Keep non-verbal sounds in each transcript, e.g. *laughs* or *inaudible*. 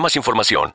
más información.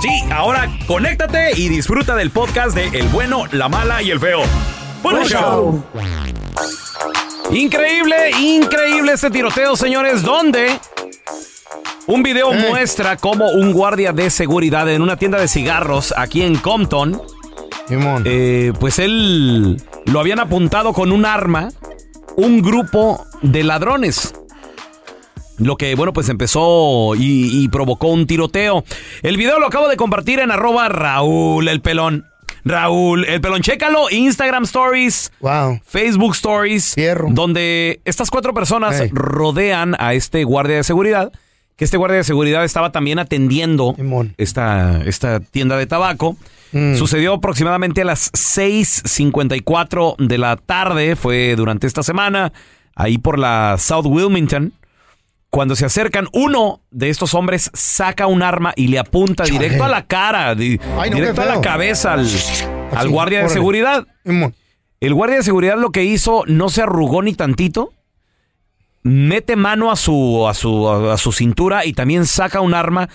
Sí, ahora conéctate y disfruta del podcast de El bueno, la mala y el feo. Buen show. Increíble, increíble este tiroteo, señores, donde un video muestra cómo un guardia de seguridad en una tienda de cigarros aquí en Compton, eh, pues él lo habían apuntado con un arma un grupo de ladrones. Lo que, bueno, pues empezó y, y provocó un tiroteo. El video lo acabo de compartir en arroba Raúl el Pelón. Raúl el Pelón, chécalo. Instagram Stories, Facebook Stories, donde estas cuatro personas rodean a este guardia de seguridad. Que este guardia de seguridad estaba también atendiendo esta, esta tienda de tabaco. Sucedió aproximadamente a las 6.54 de la tarde, fue durante esta semana, ahí por la South Wilmington. Cuando se acercan, uno de estos hombres saca un arma y le apunta directo a la cara, di- Ay, no, directo qué a la feo. cabeza al, al Así, guardia de órale. seguridad. El guardia de seguridad lo que hizo no se arrugó ni tantito. Mete mano a su, a su, a su cintura y también saca un arma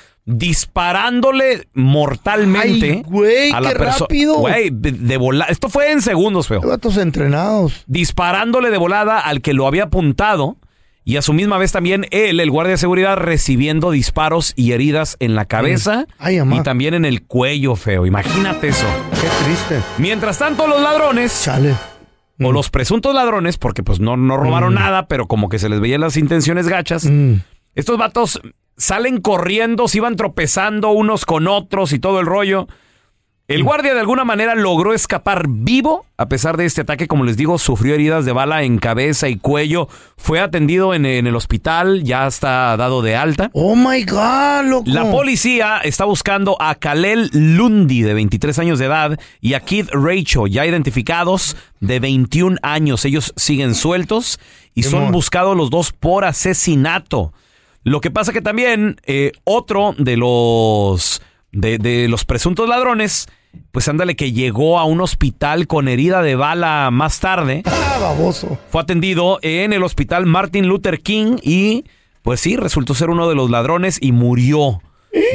disparándole mortalmente Ay, güey, a la qué perso- rápido. Güey, de, de volada. Esto fue en segundos, feo. Gatos entrenados. Disparándole de volada al que lo había apuntado y a su misma vez también él, el guardia de seguridad, recibiendo disparos y heridas en la cabeza Ay, amá. y también en el cuello, feo. Imagínate eso. Qué triste. Mm. Mientras tanto, los ladrones. O los presuntos ladrones, porque pues no, no robaron nada, pero como que se les veían las intenciones gachas. Mm. Estos vatos salen corriendo, se iban tropezando unos con otros y todo el rollo. El Mm. guardia de alguna manera logró escapar vivo, a pesar de este ataque, como les digo, sufrió heridas de bala en cabeza y cuello, fue atendido en, en el hospital, ya está dado de alta. Oh my God, loco. La policía está buscando a Kalel Lundi, de 23 años de edad, y a Kid Rachel, ya identificados, de 21 años. Ellos siguen sueltos y son buscados los dos por asesinato. Lo que pasa que también eh, otro de los, de, de los presuntos ladrones, pues ándale que llegó a un hospital con herida de bala más tarde. Ah, baboso. Fue atendido en el hospital Martin Luther King y, pues sí, resultó ser uno de los ladrones y murió.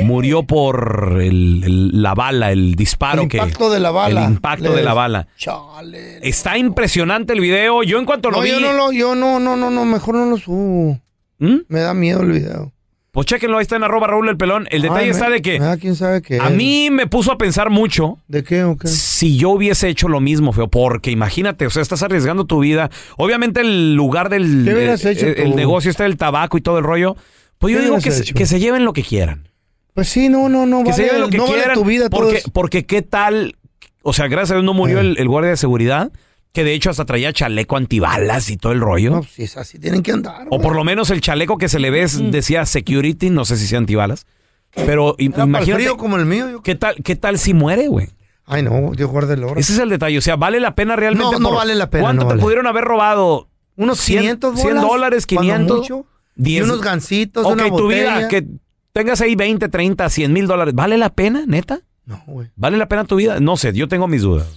Murió por el- el- la bala, el disparo El que. impacto de la bala. El impacto Le- de la bala. Chale. Está impresionante el video. Yo en cuanto lo No, vi. yo no, lo, yo no, no, no, no, mejor no lo subo. ¿Mm? Me da miedo el video. Pues chéquenlo, ahí está en arroba Raúl el pelón. El detalle Ay, me- está de que. me da quién sabe qué. A mí me puso a pensar mucho. ¿De qué o qué? Si yo hubiese hecho lo mismo, feo, porque imagínate, o sea, estás arriesgando tu vida. Obviamente el lugar del ¿Qué hubieras el, hecho el- el tú? negocio está del tabaco y todo el rollo. Pues yo ¿Qué digo hubieras que, se- hecho? que se lleven lo que quieran. Pues sí, no, no, no. Que vale, se lleven lo que no vale quieran. tu vida Eh. todo porque, eso. porque qué tal, o sea, gracias a Dios no murió el, el guardia de seguridad, que de hecho hasta traía chaleco antibalas y todo el rollo. No, si es así, tienen que andar. O por lo menos el chaleco que se le ve es- decía security, no sé si sea antibalas. Pero im- Era para el imagínate, frío como el mío. yo- ¿qué tal, ¿qué tal si muere, güey? Ay, no, Dios guarde el oro. Ese es el detalle. O sea, ¿vale la pena realmente? No, no vale la pena, ¿Cuánto no te vale. pudieron haber robado? Unos 100, 500 100 bolas, dólares, cuando 500. mucho. Y 10. unos gancitos, Ok, una tu botella. vida, que tengas ahí 20, 30, 100 mil dólares, ¿vale la pena, neta? No, güey. ¿Vale la pena tu vida? No sé, yo tengo mis dudas.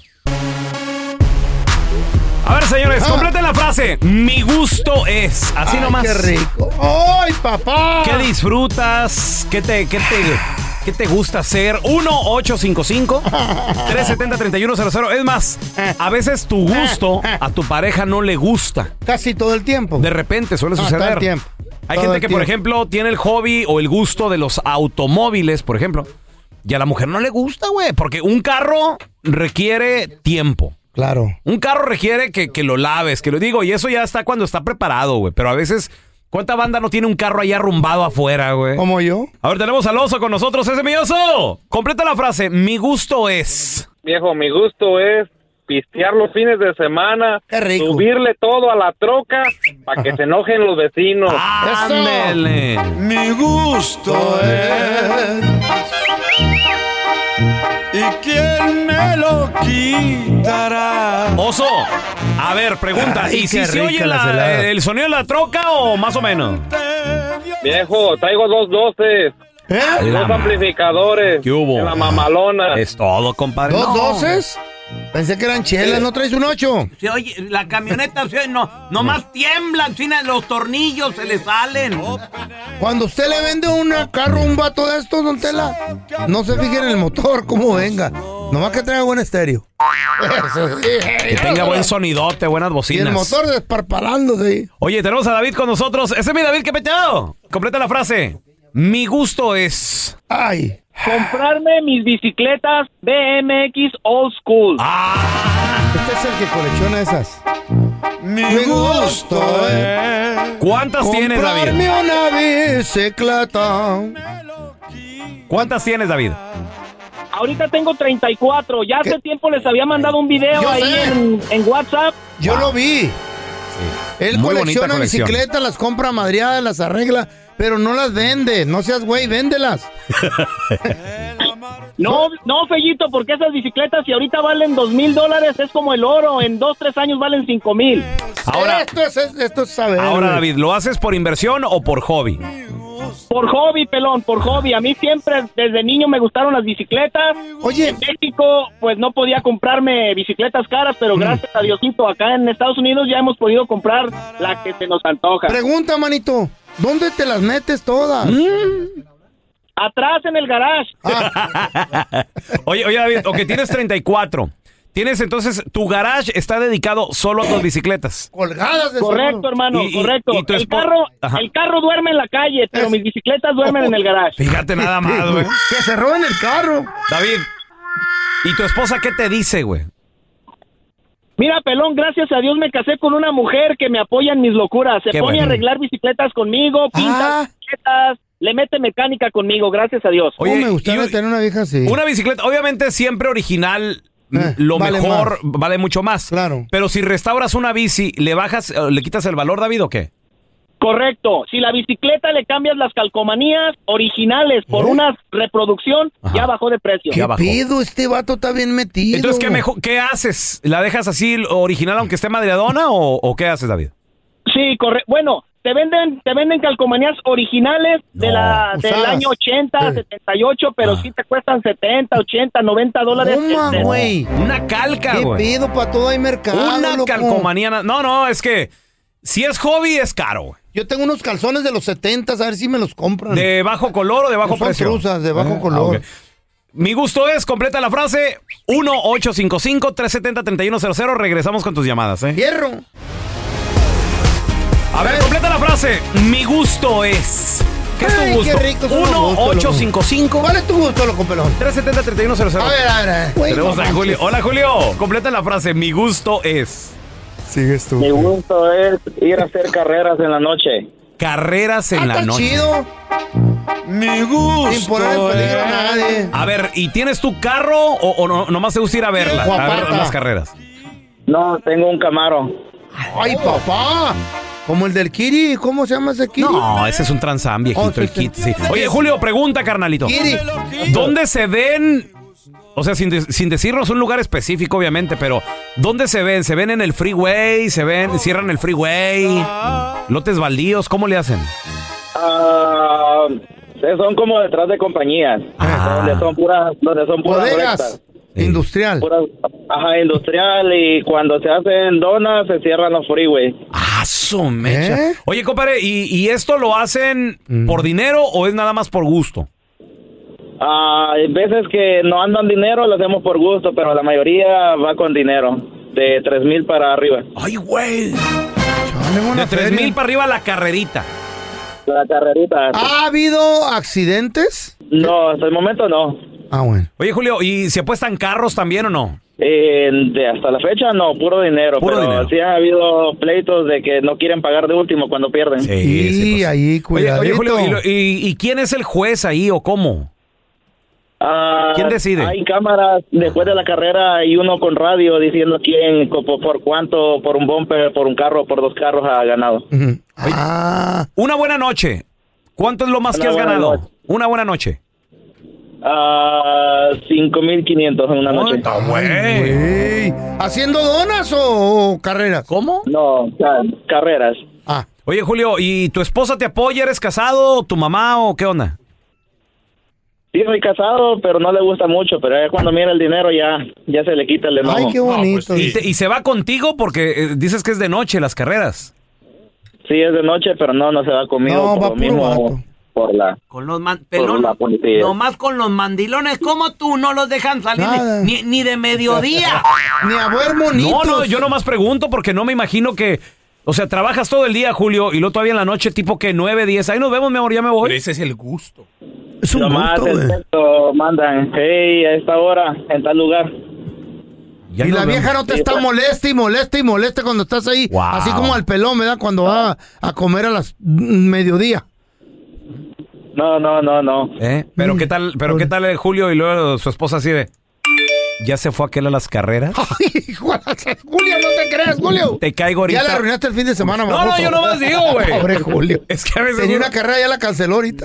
A ver, señores, completen la frase. Mi gusto es. Así Ah. Ay, nomás. qué rico. ¡Ay, papá! ¿Qué disfrutas? ¿Qué te, qué te, qué te gusta hacer? 1-855-370-3100. Es más, a veces tu gusto a tu pareja no le gusta. Casi todo el tiempo. De repente suele Ah, todo suceder. el tiempo. Hay Todo gente el que, por tiempo. ejemplo, tiene el hobby o el gusto de los automóviles, por ejemplo. Y a la mujer no le gusta, güey. Porque un carro requiere tiempo. Claro. Un carro requiere que, que lo laves, que lo digo, y eso ya está cuando está preparado, güey. Pero a veces, ¿cuánta banda no tiene un carro ahí arrumbado afuera, güey? ¿Como yo? A ver, tenemos al oso con nosotros, ese mi oso. Completa la frase, mi gusto es. Viejo, mi gusto es pistear los fines de semana, rico. subirle todo a la troca para que se enojen los vecinos. Ándele. Mi gusto es. ¿Y quién me lo quitará? Oso, a ver, pregunta, Ay, ¿y si qué se oye ricas las la- heladas. el sonido de la troca o más o menos? Viejo, traigo dos doces, ¿Eh? dos amplificadores, ¿Qué hubo? en la mamalona. Es todo, compadre. ¿Dos No. doces? Pensé que eran chelas, ¿no traes un ocho? Se oye, la camioneta se oye, no, nomás tiemblan, sin los tornillos se le salen. Cuando usted le vende un carro a un vato de estos, don Tela, no se fije en el motor, cómo venga. Nomás que traiga buen estéreo. pues, Que tenga buen sonidote, buenas eh. Y bocinas. el motor desparparándose ahí. Oye, tenemos a David con nosotros. Ese es mi David, qué peteado. Completa la frase. Mi gusto es. Ay. Comprarme mis bicicletas BMX Old School. Este Ah. es el que colecciona esas. Mi gusto es. ¿Cuántas tienes, David? Comprarme una bicicleta. ¿Cuántas tienes, David? Ahorita tengo 34, ya hace ¿Qué? tiempo les había mandado un video Yo ahí sé. en, en WhatsApp. Yo lo vi. Él Muy bonita colecciona colección. bicicletas, las compra madriadas, las arregla, pero no las vende. No seas *laughs* güey, véndelas. No, no, Fellito, porque esas bicicletas si ahorita valen dos mil dólares es como el oro, en dos, tres años valen cinco mil. Ahora, esto es, esto es saber. ahora, güey. David, ¿lo haces por inversión o por hobby? Por hobby, pelón, por hobby. A mí siempre desde niño me gustaron las bicicletas. Oye, En México, pues no podía comprarme bicicletas caras, Mm. pero gracias a Diosito, acá en Estados Unidos ya hemos podido comprar la que se nos antoja. pregunta, manito. ¿Dónde te las metes todas? Mm. Atrás en el garage. *laughs* Oye, oye, David, ok, tienes 34. Tienes entonces, tu garage está dedicado solo a tus bicicletas. Colgadas de Correcto, seguro. hermano, Y- y- correcto. y tu el, espo- carro, Ajá. el carro duerme en la calle, pero Es- mis bicicletas duermen en el garage. Fíjate nada más, güey. Este, Que se roben el carro. David, ¿y tu esposa qué te dice, güey? Mira, pelón, gracias a Dios me casé con una mujer que me apoya en mis locuras. Se Qué pone bueno. a arreglar bicicletas conmigo, pinta Ah. bicicletas, le mete mecánica conmigo, gracias a Dios. Oye, Oye, Oh, me gustaría y- tener una vieja así. Una bicicleta, obviamente siempre original, m- Eh, lo vale mejor vale mucho más. Claro. Pero si restauras una bici, ¿le bajas, eh, le quitas el valor, David, o qué? Correcto. Si la bicicleta le cambias las calcomanías originales por ¿Eh? una reproducción, ya bajó de precio. ¿Qué Ya bajó. pido? Este vato está bien metido. Entonces, ¿qué, mejor, ¿qué haces? ¿La dejas así original aunque esté madreadona o, o qué haces, David? Sí, correcto. Bueno, te venden te venden calcomanías originales de No, la, del usadas. año 80, Eh. 78, pero sí te cuestan 70, 80, 90 dólares. Toma, Este, güey. Una calca, ¿Qué güey. pido? Para todo hay mercado. Una loco. calcomanía. na- No, no, es que si es hobby, es caro. Yo tengo unos calzones de los 70, a ver si me los compran. De bajo color o de bajo Son precio. truzas, de bajo Ah, color. ok. Mi gusto es, completa la frase, 1-855-370-3100. Regresamos con tus llamadas, ¿eh? Hierro. A ver, completa la frase. Mi gusto es. ¿Qué es tu Ay, qué gusto? rico son los gustos, 1-855. ¿Cuál es tu gusto, loco pelón? 370-3100. A ver, a ver, a ver. Güey, Tenemos no a manches. Julio. Hola, Julio. Completa la frase. Mi gusto es. Sigues Mi tú. gusto es ir a hacer carreras en la noche. Carreras Ah, en la está noche. chido. Mi Sin poner en gusto peligro a es. nadie. A ver, ¿y tienes tu carro o, o no, nomás te gusta ir a verla? Viejo A ver apata. las carreras. No, tengo un camaro. Ay, papá. Como el del Kiri. ¿Cómo se llama ese Kiri? No, ese es un transam, viejito, Oh, sí, el sí. kit. sí. Oye, Julio, pregunta, carnalito. Kiri. ¿Dónde se ven? O sea, sin, de- sin decirnos un lugar específico, obviamente, pero ¿dónde se ven? ¿Se ven en el freeway? ¿Se ven? ¿Cierran el freeway? ¿Lotes baldíos? ¿Cómo le hacen? Ah, Ustedes eh, son como detrás de compañías. Donde son puras, donde son puras Ah. Bodegas. Industrial. Ajá, industrial y cuando se hacen donas se cierran los freeways. ¡Ah, su ¿Eh? mecha! Oye, compadre, ¿y, y esto lo hacen por dinero o es nada más por gusto? Ah, hay veces que no andan dinero, lo hacemos por gusto, pero la mayoría va con dinero, de tres mil para arriba. ¡Ay, güey! De tres mil para arriba la carrerita. La carrerita. ¿Ha habido accidentes? No, hasta el momento no. Ah, bueno. Oye, Julio, ¿y se apuestan carros también o no? Eh, de hasta la fecha no, puro dinero, Puro pero dinero. sí ha habido pleitos de que no quieren pagar de último cuando pierden. Sí, ahí, pues. Oye, cuidadito. oye, Julio, ¿y, lo- y- y quién es el juez ahí o cómo? Ah, ¿Quién decide? Hay cámaras después de la carrera hay uno con radio diciendo quién, co- por, por cuánto, por un bumper, por un carro, por dos carros ha ganado. Ah. Una buena noche. ¿Cuánto es lo más Una que has buena ganado? noche. Una buena noche. Ah, 5.500 en una noche. Ah, Güey. ¿Haciendo donas o, o carreras? ¿Cómo? No, ca- carreras. Ah, Oye, Julio, ¿y tu esposa te apoya? ¿Eres casado? ¿Tu mamá o qué onda? Sí, soy casado, pero no le gusta mucho, pero ya cuando mira el dinero ya, ya se le quita el ay, enojo. qué pues bonito. ¿Y, te- y se va contigo? Porque eh, dices que es de noche las carreras. Sí, es de noche, pero no, no se va conmigo No, por va lo puro mismo, vato. por la... Con los man- pelón, la policía. nomás con los mandilones como tú no los dejan salir ni- Nada. ni, ni de mediodía. *laughs* Ni a ver No, monitos. no, yo nomás pregunto porque no me imagino que... O sea, trabajas todo el día, Julio, y luego todavía en la noche, tipo que 9, 10. Ahí nos vemos, mi amor, ya me voy. ese es el gusto. Es un Nomás gusto, el güey. texto mandan, hey, a esta hora, en tal lugar. Ya y nos vemos. la vieja no te Sí, está pues. molesta y molesta y molesta cuando estás ahí. Wow. Así como al pelón, ¿verdad? Cuando va a comer a las mm, mediodía. *laughs* No, no, no, no. ¿Eh? Mm. Pero qué tal, pero qué tal el Julio y luego su esposa así de. Ya se fue aquel a las carreras. Ay, hijo de la- Julio, no te creas, Pues, Julio. Te caigo ahorita. Ya la arruinaste el fin de semana, No, baboso. no, yo nomás digo, güey. *laughs* Pobre Julio. Es que a veces Tenía uno- una carrera, ya la canceló ahorita.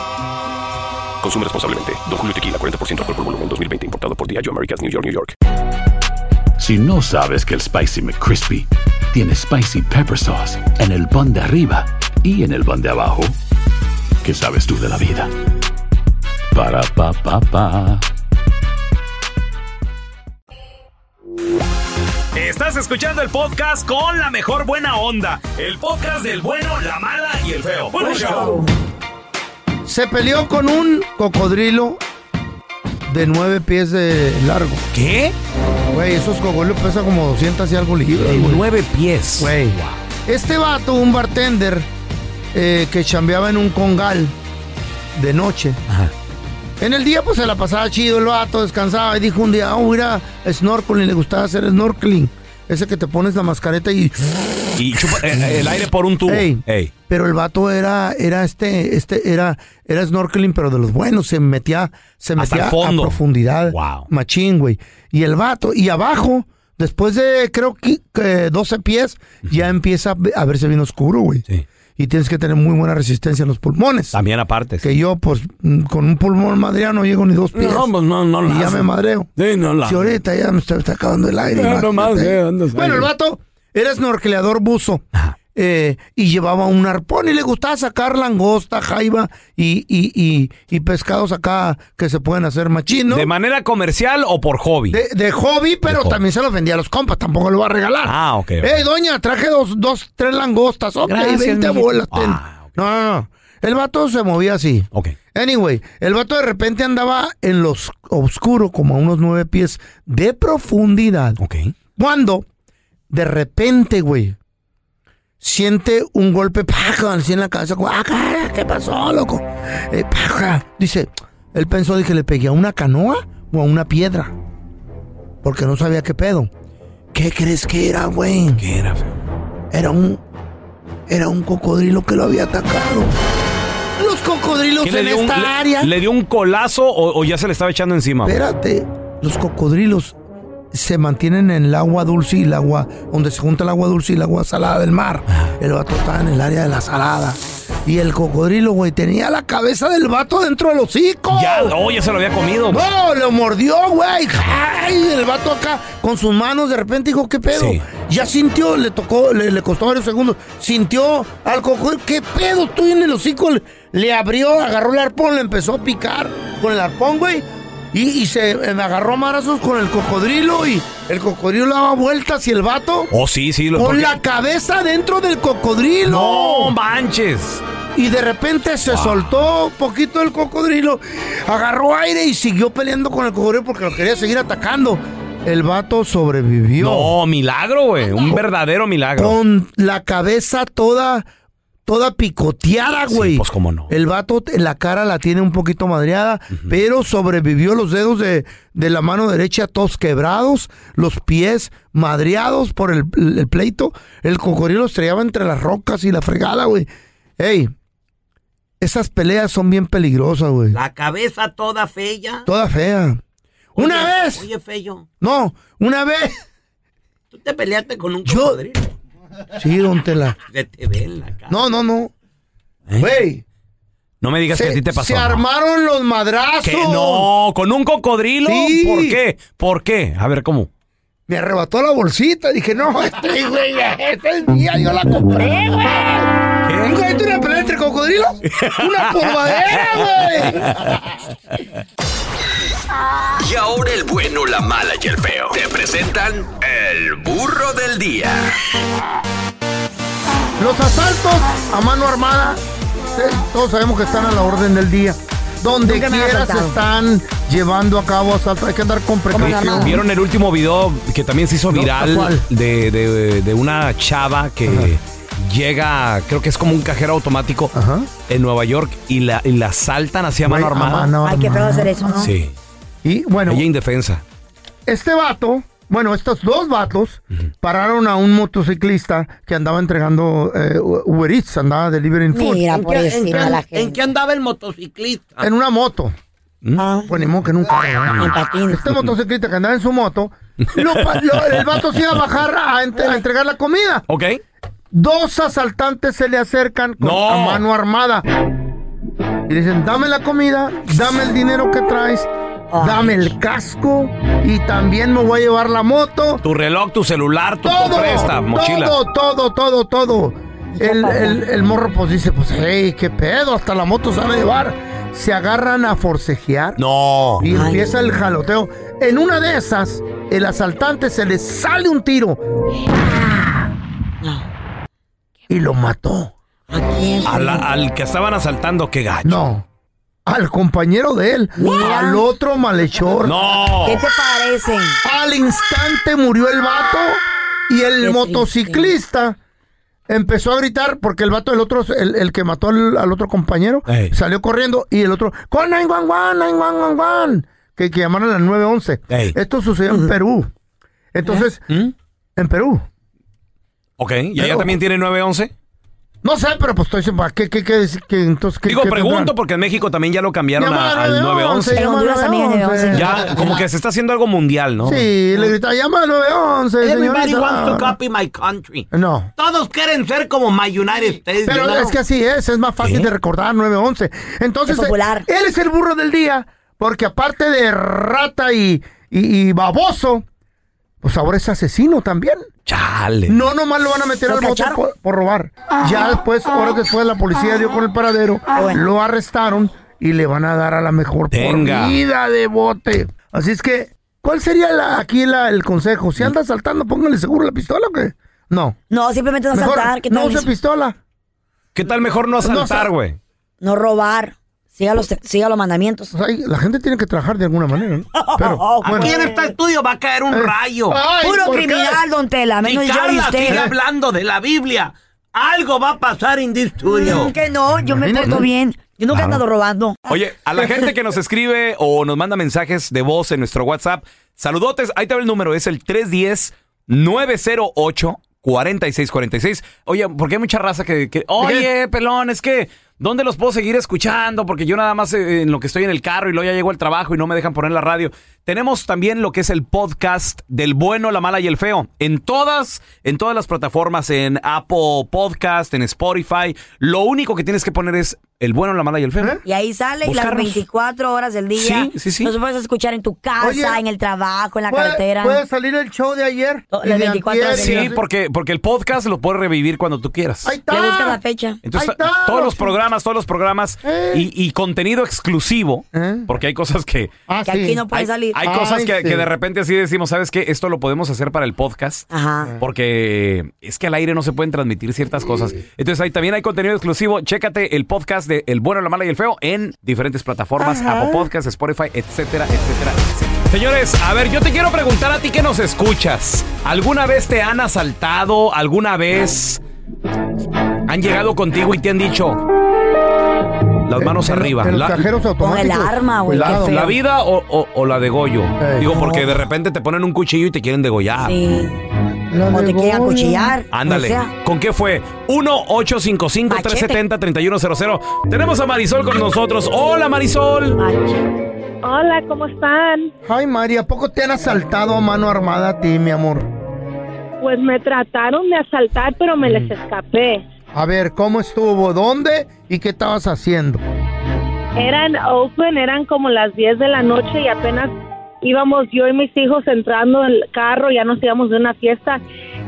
Consume responsablemente. Don Julio Tequila, 40% alcohol por volumen, 2020. Importado por Diageo Americas, New York, New York. Si no sabes que el Spicy McCrispy tiene Spicy Pepper Sauce en el pan de arriba y en el pan de abajo, ¿qué sabes tú de la vida? Para, pa, pa, pa. Estás escuchando el podcast con la mejor buena onda. El podcast del bueno, la mala y el feo. Bueno, show. Se peleó con un cocodrilo de nueve pies de largo. ¿Qué? Güey, esos cocodrilos pesan como 200 y algo libras, De güey. nueve pies. Güey. Este vato, un bartender eh, que chambeaba en un congal de noche. Ajá. En el día, pues se la pasaba chido el vato, descansaba. Y dijo un día, oh, mira, snorkeling, le gustaba hacer snorkeling. Ese que te pones la mascareta y. Y chupa eh, el aire por un tubo. Ey. Ey. Pero el vato era, era este, este, era, era snorkeling, pero de los buenos. Se metía, se Hasta metía el a fondo. profundidad. Wow. Machín, güey. Y el vato, y abajo, después de creo que que 12 pies, ya empieza a ve- a verse bien oscuro, güey. Sí. Y tienes que tener muy buena resistencia en los pulmones. También aparte. Que yo, pues, mm, con un pulmón madreado no llego ni dos pies. no, no. y ya me madreo. Sí, no la- Si ahorita ya me está, está acabando el Ya aire. imagínate. nomás, eh, andas bueno, ahí. el vato era snorkelador buzo. eh, y llevaba un arpón y le gustaba sacar langosta, jaiba y, y, y, y pescados acá que se pueden hacer machinos. ¿De manera comercial o por hobby? De, de hobby, pero hobby. también se los vendía a los compas, tampoco lo va a regalar. Ah, ok, ok. Ey, doña, traje dos, dos tres langostas, ok, Gracias, 20 mijito. bolas. ten. Ah, ok. No, no, no. El vato se movía así. Ok. Anyway, el vato de repente andaba en lo os- oscuro, como a unos nueve pies de profundidad. Ok. Cuando, de repente, güey, siente un golpe, paja, así en la cabeza. como, "Ah, cara, ¿Qué pasó, loco? Eh, paja. Dice, él pensó, dije, le pegué a una canoa o a una piedra. Porque no sabía qué pedo. ¿Qué crees que era, güey? ¿Qué era, feo? Era un. Era un cocodrilo que lo había atacado. Los cocodrilos ¿Qué le en dio un- esta le- área. ¿Le dio un colazo o, o ya se le estaba echando encima? güey? Espérate, los cocodrilos se mantienen en el agua dulce y el agua, donde se junta el agua dulce y el agua salada del mar. Ah. El vato estaba en el área de la salada. Y el cocodrilo, güey, tenía la cabeza del vato dentro del hocico. Ya, no, ya se lo había comido. güey. No, lo mordió, güey. Ay, el vato acá con sus manos de repente dijo, ¿qué pedo? Sí. Ya sintió, le tocó, le, le costó varios segundos. Sintió al cocodrilo, ¿qué pedo? Estoy en el hocico. Le, le abrió, agarró el arpón, le empezó a picar con el arpón, güey. Y, y se eh, me agarró a marazos con el cocodrilo y el cocodrilo le daba vueltas y el vato Oh, sí, sí. Lo, con porque- la cabeza dentro del cocodrilo. No manches. Y de repente se Wow. soltó un poquito el cocodrilo, agarró aire y siguió peleando con el cocodrilo porque lo quería seguir atacando. El vato sobrevivió. No, milagro, güey. Un verdadero milagro. Ah, Con la cabeza toda, toda picoteada, Sí, güey. pues cómo no. El vato, te- la cara la tiene un poquito madreada, pero sobrevivió los dedos de, de la mano derecha todos quebrados, los pies madreados por el, el pleito. El cocodrilo estrellaba entre las rocas y la fregada, güey. Ey, esas peleas son bien peligrosas, güey. La cabeza toda fea. Toda fea. una Oye, vez, Oye, Fello, no, una vez. tú te peleaste con un Yo- cocodrilo. Sí, don Tela. Se te ve en la cara. No, no, no. ¿Eh? Güey. No me digas que a ti te pasó. se ¿no? armaron los madrazos. ¿Qué? No, con un cocodrilo. Sí. ¿Por qué? ¿Por qué? A ver, ¿cómo? Me arrebató la bolsita. Dije, no, este güey, esta es mía, yo la compré, güey. ¿Nunca viste una pelea entre cocodrilos? ¡Una polvadera, Y ahora el bueno, la mala y el feo. Te presentan el burro del día. güey! Los asaltos a mano armada, eh, todos sabemos que están a la orden del día. Donde Nunca me han quiera se asaltado. estando. llevando a cabo asaltos. Hay que andar con precaución. ¿Vieron el último video que también se hizo No, viral ¿cuál? de, de- de una chava que llega, creo que es como un cajero automático en Nueva York y la, y la saltan hacia mano Güey, a armada? mano Ay, qué feo hacer eso, ¿no? Sí. Y bueno, Ella indefensa. este vato, bueno, estos dos vatos pararon a un motociclista que andaba entregando eh, Uber Eats, andaba delivering Mira, food. ¿En, qué, en, pobrecita qué- la en gente. qué andaba el motociclista? En una moto. ¿Mm? Ah, Bueno, ni modo que nunca. en patines. Este motociclista que andaba en *laughs* su moto, lo pa- lo- el vato se iba a bajar a, ent- a entregar la comida. ¿Ok? Dos asaltantes se le acercan con No. a mano armada. Y dicen, dame la comida, dame el dinero que traes, dame el casco y también me voy a llevar la moto. Tu reloj, tu celular, tu Todo, presta, mochila. todo, todo, todo, todo. El, el- el morro pues dice, pues, hey, qué pedo, hasta la moto se van a llevar. Se agarran a forcejear. No. Y empieza el jaloteo. En una de esas, el asaltante se le sale un tiro. Y lo mató. ¿A quién? A la- al que estaban asaltando, qué gacho. No. Al compañero de él. Mira. Al otro malhechor. No. ¿Qué te parece? Al instante murió el vato. Y el Qué motociclista empezó a gritar porque el vato, el otro, el, el que mató al, al otro compañero, Ey. salió corriendo. Y el otro, con 911, 911, que, que llamaron al 911. Ey. Esto sucedió en Perú. Entonces, ¿Eh? ¿Mm? en Perú. Ok, ¿y ella Pero- también tiene 911? No sé, pero pues estoy diciendo, ¿para ¿qué, qué, qué, qué- entonces, qué- Digo, qué pregunto tendrán? porque en México también ya lo cambiaron a- Llama al al 911. En Honduras también es 911. Ya, como que se está haciendo algo mundial, ¿no? Sí, le gritaba, llama al 911, Everybody señorita. wants to copy my country. No. Todos quieren ser como my United States. Pero you know? es que así es, es más fácil ¿Qué? de recordar 911. Entonces, Es popular. eh, él es el burro del día, porque aparte de rata y, y- y baboso, pues ahora es asesino también. Chale. No nomás lo van a meter ¿Lo al bote cacharon? por, por robar. Ya después, horas después, la policía dio con el paradero, Ah, bueno. lo arrestaron y le van a dar a la mejor Tenga. por vida de bote. Así es que, ¿cuál sería la- aquí la- el consejo? Mm. Si anda saltando, póngale seguro la pistola o qué? No. No, simplemente no Mejor saltar. ¿Qué no tal? use pistola. ¿Qué tal mejor no No, o asaltar, sea- güey? no robar, siga los, siga los mandamientos. La gente tiene que trabajar de alguna *laughs* manera, ¿no? Pero, Oh. bueno. Aquí en este estudio va a caer un Eh. rayo. Ay, Puro ¿por qué? criminal, don Tela, menos y yo y Carla usted. sigue hablando de la Biblia. Algo va a pasar en this studio. Mm, que no, yo me Imagínate. porto bien. Yo nunca he Claro. andado robando. Oye, a la gente que nos escribe o nos manda mensajes de voz en nuestro WhatsApp, saludotes, ahí te va el número, es el 310-908-4646. Oye, porque hay mucha raza que, que- oye, pelón, es que, ¿dónde los puedo seguir escuchando? Porque yo nada más eh, en lo que estoy en el carro y luego ya llego al trabajo y no me dejan poner la radio. Tenemos también lo que es el podcast del bueno, la mala y el feo. En todas, en todas las plataformas, en Apple Podcast, en Spotify. Lo único que tienes que poner es el bueno, la mala y el ¿Eh? feo. Y ahí sale y las Buscarnos. 24 horas del día. Sí, sí, sí. Nos puedes escuchar en tu casa, Oye, en el trabajo, en la ¿Puede- carretera. ¿Puede salir el show de ayer? Las Y de 24 antier, y Sí, así. porque, porque el podcast lo puedes revivir cuando tú quieras. Ahí está. Le busca la fecha. Entonces, ahí está, todos los sí. programas, todos los programas ¡Eh! y, y contenido exclusivo, porque hay cosas que... Ah, que aquí no puede Hay, salir. hay cosas Ay, que, sí. que de repente así decimos, ¿sabes qué? Esto lo podemos hacer para el podcast. Ajá. Porque es que al aire no se pueden transmitir ciertas cosas. Entonces ahí también hay contenido exclusivo. Chécate el podcast de El Bueno, la Mala y el Feo en diferentes plataformas, Ajá. Apple Podcast, Spotify, etcétera, etcétera, etcétera. Señores, a ver, yo te quiero preguntar a ti que nos escuchas. ¿Alguna vez te han asaltado? ¿Alguna vez han llegado contigo y te han dicho las manos arriba? En los la- cajeros automáticos. la, Ah, Cuidado. la vida o, o- o la de Goyo. Digo, porque de repente te ponen un cuchillo y te quieren degollar. Sí. Pues O te quieran cuchillar. Ándale. O sea, ¿Con qué fue? 1-855-370-3100. Tenemos a Marisol con nosotros. Hola, Marisol. Hola, ¿cómo están? Ay, María, ¿a poco te han asaltado a mano armada a ti, mi amor? Pues me trataron de asaltar, pero me les escapé. A ver, ¿cómo estuvo? ¿Dónde? ¿Y qué estabas haciendo? Eran open, eran como las 10 de la noche y apenas íbamos yo y mis hijos entrando en el carro, ya nos íbamos de una fiesta.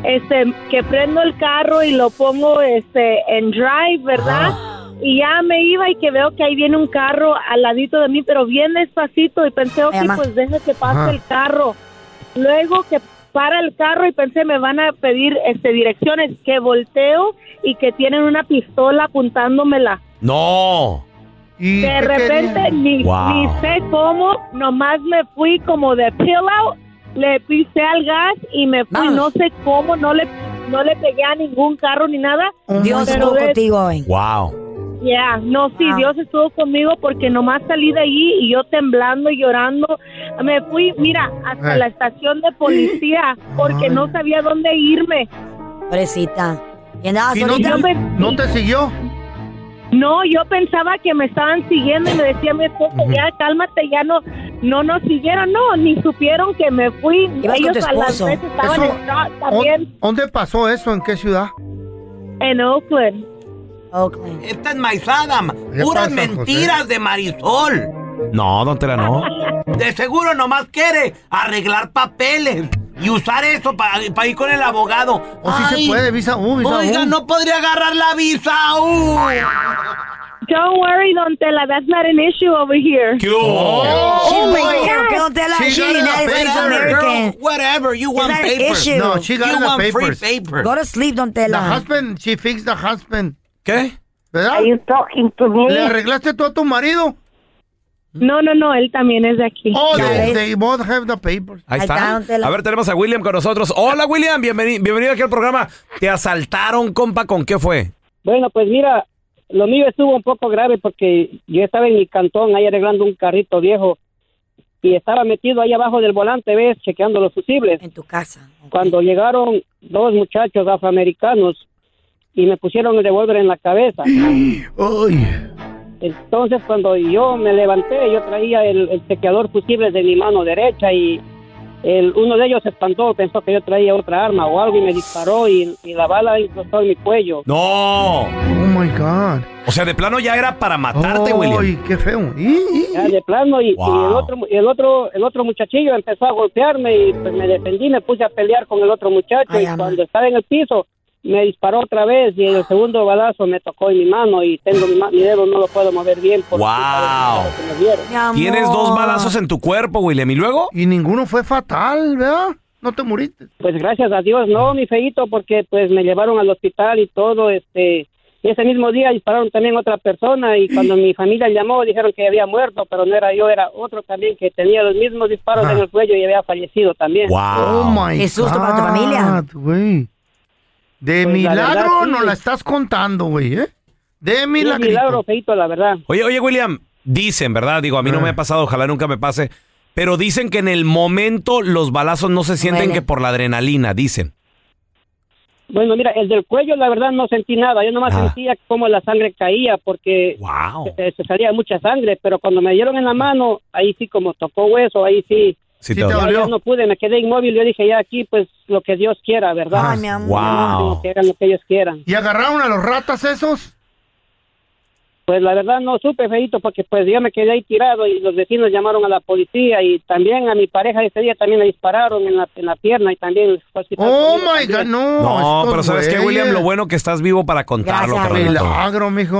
Este, que prendo el carro y lo pongo este en drive, ¿verdad? Y ya me iba y que veo que ahí viene un carro al ladito de mí, pero bien despacito y pensé, ok, Emma. pues deja que pase Ajá. el carro. Luego que para el carro y pensé me van a pedir este direcciones, que volteo y que tienen una pistola apuntándomela. No. De repente, ni, Wow. ni sé cómo, nomás me fui como de pillow, le pisé al gas y me fui. No sé cómo, no le, no le pegué a ningún carro ni nada. Dios pero estuvo de- contigo hoy. Wow. Yeah, no, sí, Wow. Dios estuvo conmigo porque nomás salí de allí y yo temblando y llorando. Me fui, mira, hasta Ay. la estación de *gasps* policía porque no sabía dónde irme. Pobrecita. Y andaba Y no solita. te- no te siguió? No, yo pensaba que me estaban siguiendo y me decía mi esposo, ya cálmate, ya no, no nos siguieron, no, ni supieron que me fui. Ibas con tu Ellos a las esposo. veces estaban Eso- en shock ¿Dó- también ¿Dónde pasó eso? ¿En qué ciudad? en Oakland. Esta enmaizada, ma- ¿Qué puras pasa, mentiras de Marisol. No, don Tela, no. De seguro nomás quiere arreglar papeles y usar eso para ir con el abogado. O si Oh, se Ay, puede, visa U, visa Oiga, U. no podría agarrar la visa. uh. Don't worry, Don Tela, that's not an issue over here. Oh, She's Oh, my right here, God. que don Tela. She She's got United a States of paper. America. Girl, whatever, you It's want not an papers. issue. No, she got You the want free papers. paper. Go to sleep, don The Tela. husband, she fixed the husband. ¿Qué? ¿Verdad? Are you talking to me? ¿Le arreglaste tú a tu marido? No, no, no, él también es de aquí. Oh, Ya they, ves. they both have the papers. Ahí está. A ver, tenemos a William con nosotros. Hola, William. Bienveni- bienvenido aquí al programa. ¿Te asaltaron, compa? ¿Con qué fue? Bueno, pues mira, lo mío estuvo un poco grave porque yo estaba en mi cantón ahí arreglando un carrito viejo y estaba metido ahí abajo del volante, ves, chequeando los fusibles. En tu casa. Cuando llegaron dos muchachos afroamericanos y me pusieron el revólver en la cabeza. Entonces cuando yo me levanté, yo traía el, el chequeador fusible de mi mano derecha y el, uno de ellos se espantó, pensó que yo traía otra arma o algo y me disparó y, y la bala incrustó en mi cuello. No. Oh my God. O sea, de plano ya era para matarte, Ay, William. qué feo. Ya, Ah, de plano y, Wow. y el otro y el otro el otro muchachillo empezó a golpearme y pues, me defendí me puse a pelear con el otro muchacho y cuando estaba en el piso me disparó otra vez y el segundo balazo me tocó en mi mano y tengo mi, ma- mi dedo no lo puedo mover bien por Wow. que me dieron. Tienes dos balazos en tu cuerpo, William. ¿Y luego? Y ninguno fue fatal, ¿verdad? No te moriste. Pues gracias a Dios, no, mi feito, porque pues me llevaron al hospital y todo, este, Y ese mismo día dispararon también otra persona y cuando mi familia llamó dijeron que había muerto, pero no era yo, era otro también que tenía los mismos disparos Ah. en el cuello y había fallecido también. Oh my Qué susto para tu God, familia. güey. De Pues la milagro verdad, sí. no la estás contando, güey, ¿eh? De Sí, milagro. milagro, feito, la verdad. Oye, oye, William, dicen, ¿verdad? Digo, a mí no Eh. me ha pasado, ojalá nunca me pase. Pero dicen que en el momento los balazos no se sienten Duele. que por la adrenalina, dicen. Bueno, mira, el del cuello la verdad no sentí nada, yo nomás Ah. sentía como la sangre caía porque se, se salía mucha sangre, pero cuando me dieron en la mano, ahí sí como tocó hueso, ahí sí. Sí te Sí te dolió. Ya- ya no pude, me quedé inmóvil, yo dije ya aquí pues lo que Dios quiera, ¿verdad? Ay, mi amor. Wow. Lo que hagan lo que ellos quieran. ¿Y agarraron a los ratas esos? Pues la verdad no supe, feito, porque pues yo me quedé ahí tirado y los vecinos llamaron a la policía y también a mi pareja ese día también le dispararon en la, en la pierna y también fue al hospital. Oh conmigo my God, también. no. No, estos pero ¿sabes qué, güeyes. William? Lo bueno que estás vivo para contarlo, carnalito. Milagro, mijo.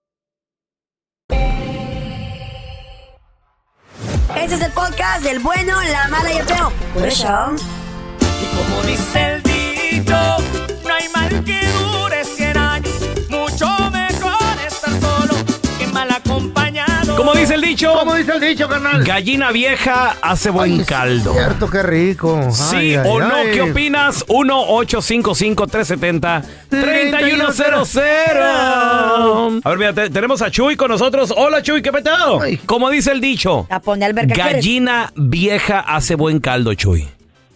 Este es el podcast del bueno, la mala y el feo. Por eso. Como dice el dicho, no hay mal que dure 100 años. Mucho mejor estar solo que mal acompañado. Como dice el dicho. Como dice el dicho, carnal. Gallina vieja hace buen caldo. Cierto, qué rico. Sí Ay, ay, o no, ay. ¿qué opinas? 1-855-370-3100. A ver, mira, te- tenemos a Chuy con nosotros. Hola, Chuy, ¿qué petado? Como dice el dicho, La pone alberca. ¿qué eres? gallina vieja hace buen caldo, Chuy.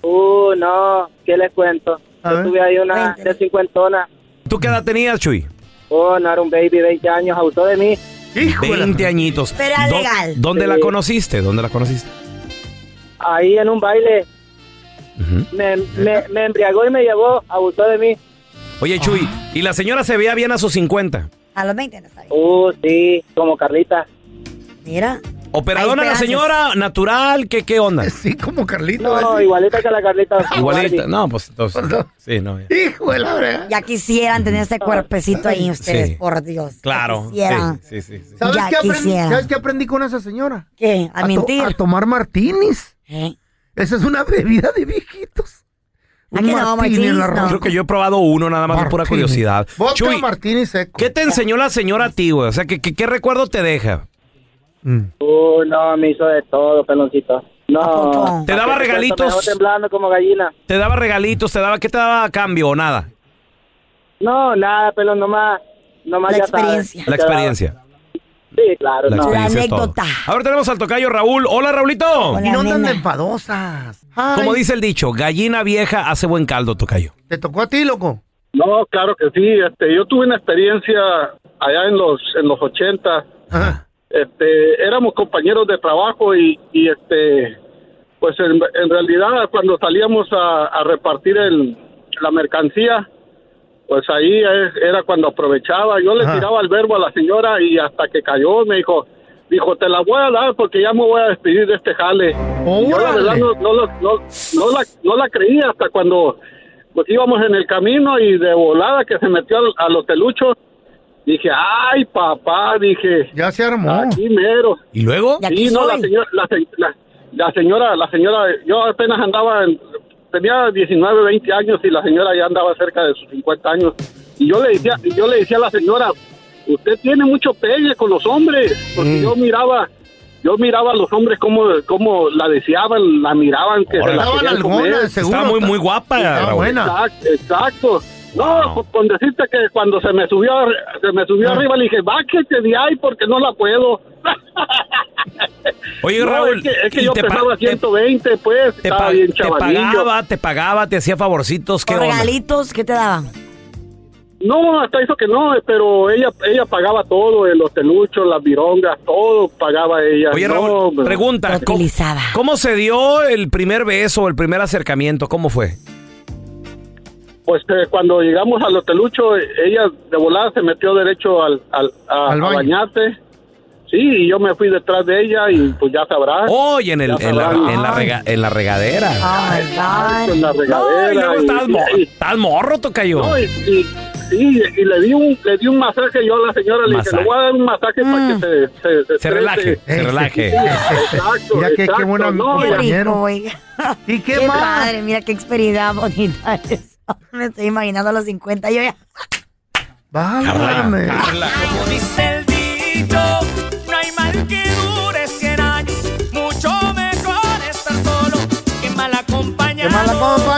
Uh, no, ¿qué les cuento? Yo tuve ahí una de cincuentona. ¿Tú qué edad tenías, Chuy? Oh, no era un baby, 20 años, abusó de mí. 20 añitos. Pero era ¿Dó- legal. ¿Dónde la Sí. conociste? ¿Dónde la conociste? Ahí en un baile. me, me, me embriagó y me llevó, abusó de mí. Oye, Chuy, Ah. y la señora se veía bien a sus 50. A los 20. Uh, sí, como Carlita. Mira. ¿Operadona Hay la esperanzas. señora? ¿Natural? ¿Qué, qué onda? Sí, como Carlita. No, igualita que la Carlita. Igualita. No, pues entonces. Sí, no. ya. Hijo de la brega. Ya quisieran tener ese cuerpecito ahí ustedes, Sí. por Dios. Claro. Quisiera. Sí, sí, sí, sí. ¿Sabes Ya qué, aprendí, quisiera. ¿Sabes qué aprendí con esa señora? ¿Qué? A, to- mentir. a tomar martinis. Esa es una bebida de viejitos. Un martini en la ropa. Creo que yo he probado uno nada más de pura curiosidad. Vodka Chuy, martini seco. ¿qué te enseñó la señora a ti, güey? O sea, ¿qué, qué, qué recuerdo te deja? Uh, no, me hizo de todo, peloncito. No. ¿Te daba Me dejó regalitos? temblando como gallina. ¿Te daba regalitos? ¿Te daba qué te daba a cambio o nada? No, nada, pelón, nomás, nomás La ya sabes. experiencia. La experiencia. Sí, claro. La no. experiencia es todo. Ahora tenemos al tocayo Raúl. Hola, Raulito. Y no andan de enfadosas. Ay, Como dice el dicho, gallina vieja hace buen caldo, tocayo. ¿Te tocó a ti, loco? No, claro que sí. Este, yo tuve una experiencia allá en los en los 80. Este, éramos compañeros de trabajo y, y, este, pues en, en realidad cuando salíamos a, a repartir el, la mercancía, pues ahí eh, era cuando aprovechaba. Yo le tiraba el verbo a la señora y hasta que cayó me dijo, dijo, te la voy a dar porque ya me voy a despedir de este jale. Y yo la verdad no, no lo- no- no la, no la creía hasta cuando pues íbamos en el camino y de volada que se metió al- a los teluchos, dije, ay papá, dije. Ya se armó. Aquí mero. ¿Y luego? Sí, no, la señora, la, se- la- la señora, la señora, yo apenas andaba, en- tenía 19, 20 años y la señora ya andaba cerca de sus 50 años. Y yo le decía, y yo le decía a la señora, usted tiene mucho pegue con los hombres, Mm. porque yo miraba, yo miraba a los hombres como, como la deseaban, la miraban que Órale. se la Estaban querían alguna, comer. seguro. Estaba muy, muy guapa, Estaba Raúl. buena. Exacto. exacto. No, pues, con decirte que cuando se me subió, ar- se me Ah. subió arriba le dije, bájese de ahí porque no la puedo. Oye, No, Raúl, es que, es que ¿y yo te pa- pesaba 120, pues, Te, estaba pa- bien te chavalillo. pagaba, te pagaba, te hacía favorcitos, ¿qué onda? ¿Regalitos? ¿Qué te daba? No, hasta eso que no, pero ella ella pagaba todo, eh, los teluchos, las virongas, todo pagaba ella. Oye, No, Raúl, pues, pregunta, ¿cómo, cómo se dio el primer beso, el primer acercamiento? ¿Cómo fue? Pues eh, cuando llegamos al hotelucho, eh, ella de volada se metió derecho al, al, a, Al a baño. bañarse. Sí, y yo me fui detrás de ella y pues ya sabrás. Oye, en, el, Ya en, la, sabrás. en la rega- en la regadera. Ay, con la regadera. No, y luego y- estás, mo- y- estás morro, tocayo. No, y, y- sí, y le di un le di un masaje yo a la señora, le dije, Masaje. le voy a dar un masaje para que se se, Se estrese". relaje, se Sí, relaje. Exacto, Mira que- qué exacto, buena no, Qué ya- rico, oiga. *laughs* ¿Y qué, más? padre, mira qué experiencia bonita *laughs* es. Me estoy imaginando a los 50. Yo ya. Válgame. Como dice el dicho, no hay mal que dure 100 años. Mucho mejor estar solo que mal acompañado.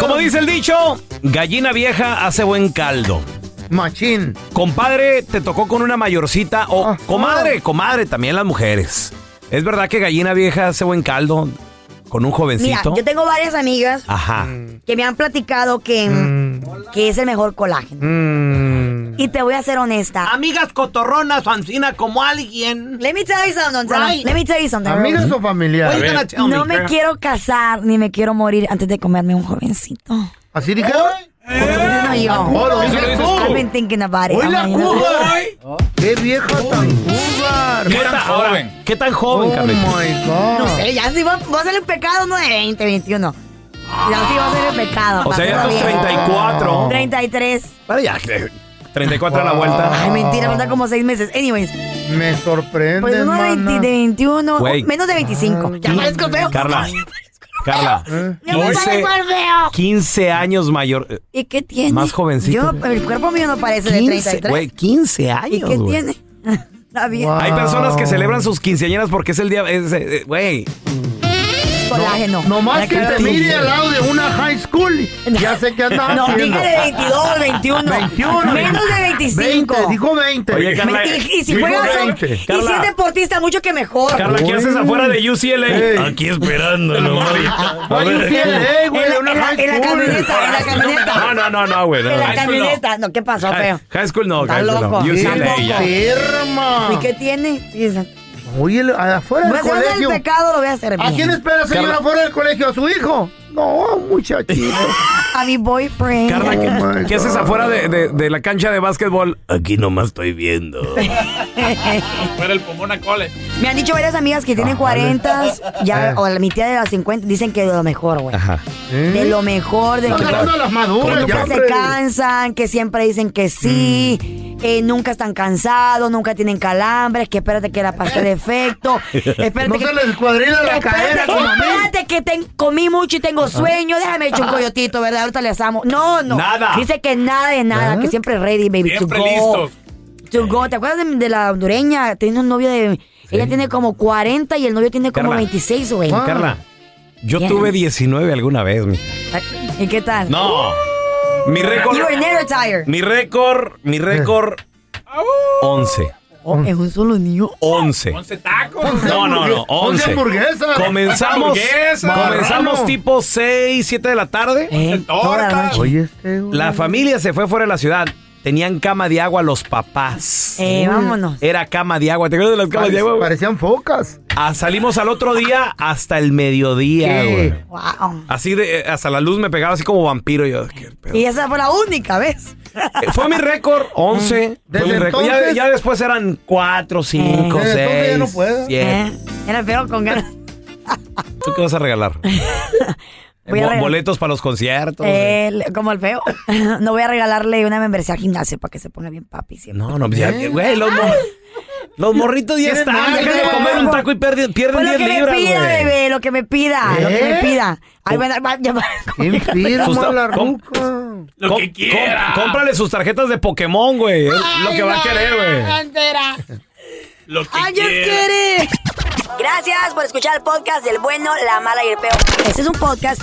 Como dice el dicho, gallina vieja hace buen caldo. Machín. Ah, Compadre, te tocó con una mayorcita o comadre, comadre, también las mujeres. ¿Es verdad que gallina vieja hace buen caldo con un Mira, jovencito? yo tengo varias amigas Ajá. que me han platicado que, Mm, que es el mejor colágeno. mm. Y te voy a ser honesta. Amigas cotorronas, ancina como alguien. Let me tell you something, Don Tela. Right. Let me tell you something. ¿Amigas o Oye, familiares? A ver. tell me, No me girl. quiero casar ni me quiero morir antes de comerme un jovencito. ¿Así dijeron? No, no, yo. Oh, lo dices tú. I've been thinking about it. ¡Hoy la I'm like, Cuba! ¡Qué vieja tan Cuba! ¿Qué tan joven? ¿Qué tan joven, Carlita? No sé, ya sí va, va a ser el pecado, no de 20, 21. Ya sí va a ser el pecado. O sea, ya pasarlo tus bien. 34. 33. Para ya. 34 a la vuelta. Ay, mentira, falta como 6 meses. Anyways, Me sorprende, pues uno de, 20 de 21, Güey. o menos de 25. ya parezco feo. Carla. Carla. Ya me sale 15, igual feo. 15 años mayor. eh, ¿Y qué tiene? Más jovencito. Yo, el cuerpo mío no parece de 15, 33. güey, 15 años. ¿Y qué güey. tiene? *laughs* Está bien. Hay personas que celebran sus quinceañeras porque es el día. es, eh, Güey. Colágeno. Nomás Ya que te cállate. mire al lado de una high school. Ya sé que anda No, haciendo. dígale 22, 21. 21. Menos de 25. 20, dijo 20. Oye, Carla, Y, y si dijo juegas y 20. si Carla. es deportista, mucho que mejor. Carla, ¿qué haces afuera de UCLA? Aquí esperándolo, *laughs* mamita. A ver. UCLA, eh, güey, En la- una en la- high en la school. camioneta, en la camioneta. No, no, no, no, güey. no, En la high school no. camioneta. No, ¿qué pasó, High- feo? High school no, Está high school no. loco. UCLA Está ya. loco. Firma. ¿Y qué tiene? Sí, esa- Oye, el- afuera Voy a del hacer el colegio. pecado, lo voy a hacer bien. ¿A quién espera, señora, Carla. afuera del colegio? ¿A su hijo? No, muchachito. A mi boyfriend. Carla, Oh, ¿qué, my qué haces afuera de, de- de la cancha de básquetbol? Aquí nomás estoy viendo. Oh, *laughs* Fuera el pulmón a cole. Me han dicho varias amigas que Ah, tienen 40, Eh. ya, o la mitad de las 50, dicen que de lo mejor, güey. Ajá. ¿Eh? De lo mejor, de lo Están hablando de las maduras, Que nunca ya, se hombre. Mm. cansan, que siempre dicen que sí, eh, nunca están cansados, nunca tienen calambres, que espérate que la pasé *laughs* de efecto. *laughs* Espérate No que, se les cuadrilla la espérate cadera que- como a mí. Espérate que ten- comí mucho y tengo sueño, déjame echar un coyotito, ¿verdad? Ahorita les amo. No, no. Nada. Dice que nada de nada, que siempre ready, baby. Siempre to go. listos. To go. ¿Te acuerdas de, de la hondureña? Tenía un novio de... Ella tiene como 40 y el novio tiene como Carla. Ah. 26, güey. Carla, yo Yes. tuve 19 alguna vez, mija. ¿Y qué tal? No. Mi récord. You were never tired. Mi récord, mi récord. 11. Oh, ¿Es un solo niño? 11. tacos. No, no, no. 11. hamburguesas. Comenzamos. Hamburguesas. Comenzamos Marrano. tipo 6, 7 de la tarde. Eh, Tortas. Oye, este, güey. La familia se fue fuera de la ciudad. Tenían cama de agua los papás. Mm. Eh, vámonos. Era cama de agua. ¿Te acuerdas de las camas de agua? güey? Parecían focas. Ah, salimos al otro día hasta el mediodía, Sí. güey. Wow. Así de, eh, hasta la luz me pegaba así como vampiro. Yo, qué pedo. Y esa fue la única vez. Eh, Fue mi récord, 11. Mm. Desde Fue mi récord. Ya, entonces- Eh, ya después eran 4, 5, Desde entonces ya 6, no puedo. 7. Eh, Era feo con ganas. ¿Tú qué vas a regalar? Voy a Bo- regalar- Eh. boletos para los conciertos. El- como el feo. *laughs* No voy a regalarle una membresía al gimnasio para que se ponga bien papi siempre. pues Eh. No, no, ya, güey, los, mor- los morritos ya Tienen están. hambre, Déjame comer un güey. flaco y pierden, pierden Pues lo 10 que me libras, pida, güey. bebé, lo que me pida, lo que me ¿Eh? pida. Ahí va a dar- va a *laughs* llamar. *laughs* Sus tar- com- Lo que quiera. cómprale sus tarjetas de Pokémon, güey. Es lo que va a querer, güey. Lo que I'm just kidding. Gracias por escuchar el podcast del bueno, la mala y el peor. Este es un podcast